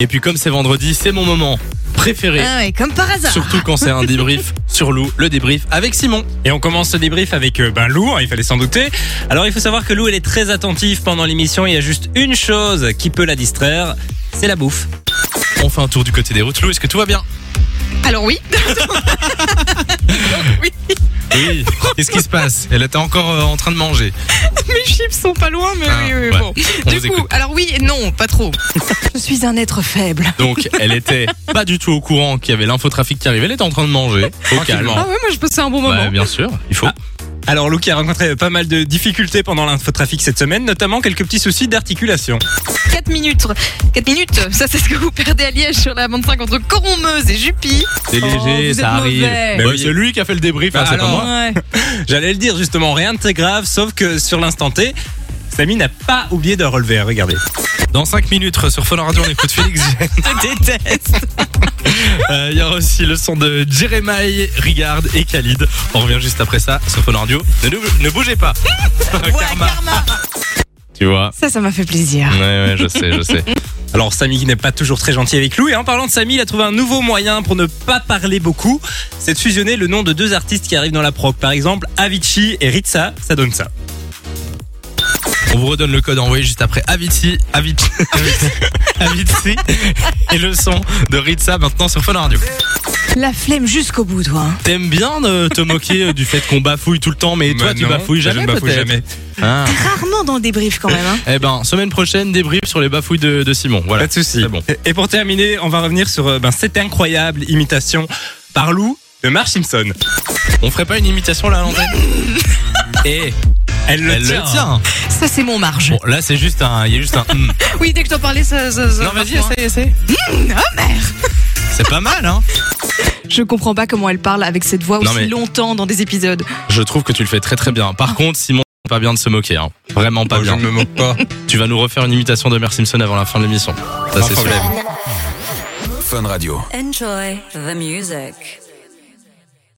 Et puis comme c'est vendredi, c'est mon moment préféré. Ah ouais, comme par hasard. Surtout quand c'est un débrief sur Lou, le débrief avec Simon. Et on commence ce débrief avec euh, ben, Lou, hein, il fallait s'en douter. Alors il faut savoir que Lou, elle est très attentive pendant l'émission. Il y a juste une chose qui peut la distraire, c'est la bouffe. On fait un tour du côté des routes. Lou, est-ce que tout va bien Alors oui. oui, Oui. Qu'est-ce qui se passe Elle était encore euh, en train de manger. mes chips sont pas loin, mais Ah, oui, oui, ouais. bon. On Du vous coup, écoute. alors oui et non, pas trop. Je suis un être faible. Donc elle était pas du tout au courant qu'il y avait l'infotrafic qui arrivait. Elle était en train de manger. Au calme. Ah ouais, moi je passais un bon moment. Bah, bien sûr, il faut. Alors Lou qui a rencontré pas mal de difficultés pendant l'infotrafic cette semaine, notamment quelques petits soucis d'articulation. 4 minutes. 4 minutes, ça c'est ce que vous perdez à Liège sur la bande 5 entre Coronmeuse et Jupy. C'est Oh, léger, vous ça êtes arrive. Mais mauvais. Bah oui, oui. c'est lui qui a fait le débrief, Bah hein, c'est pas alors. moi. Ouais. J'allais le dire justement, rien de très grave, sauf que sur l'instant T, Samy n'a pas oublié de relever, hein, regardez. Dans 5 minutes euh, sur Fun Radio, on écoute Félix. Jeanne. Je déteste. Euh, Il y aura aussi le son de Jeremiah, Rigard et Khalid. On revient juste après ça sur Fun Radio. Ne, ne- ne bougez pas. Karma. Tu vois. Ça, ça m'a fait plaisir. Ouais, ouais, je sais, je sais. Alors Samy qui n'est pas toujours très gentil avec Lou et en parlant de Samy, il a trouvé un nouveau moyen pour ne pas parler beaucoup, c'est de fusionner le nom de deux artistes qui arrivent dans la prog. Par exemple, Avicii et Ritza, ça donne ça. On vous redonne le code envoyé juste après Avicii, Avicii, Avicii et le son de Ritza maintenant sur Fun Radio. La flemme jusqu'au bout, toi. hein. T'aimes bien euh, te moquer euh, du fait qu'on bafouille tout le temps, mais toi Bah tu non, bafouilles je jamais. ne bafouille peut-être jamais. Ah. Rarement dans le débrief quand même. hein. Eh ben, semaine prochaine, débrief sur les bafouilles de, de Simon. Voilà. Pas de souci. C'est bon. Et pour terminer, on va revenir sur euh, ben, cette incroyable imitation par Lou de Marge Simpson. On ferait pas une imitation là à l'antenne Eh, Elle le elle tient. le tient. Ça, c'est mon marge. Bon, là c'est juste un, il y a juste un. hum. Oui, dès que t'en parlais, ça. ça, ça hein. Non, vas-y, parfois. essaye, essaye. C'est pas mal, hein Je comprends pas comment elle parle avec cette voix Non, aussi mais- longtemps dans des épisodes. Je trouve que tu le fais très très bien. Par contre, Simon, pas bien de se moquer, hein. Vraiment pas Oh, je bien. ne me moque pas. Tu vas nous refaire une imitation de Mer Simpson avant la fin de l'émission. Ça, Sans c'est sûr. problème. Enjoy the music.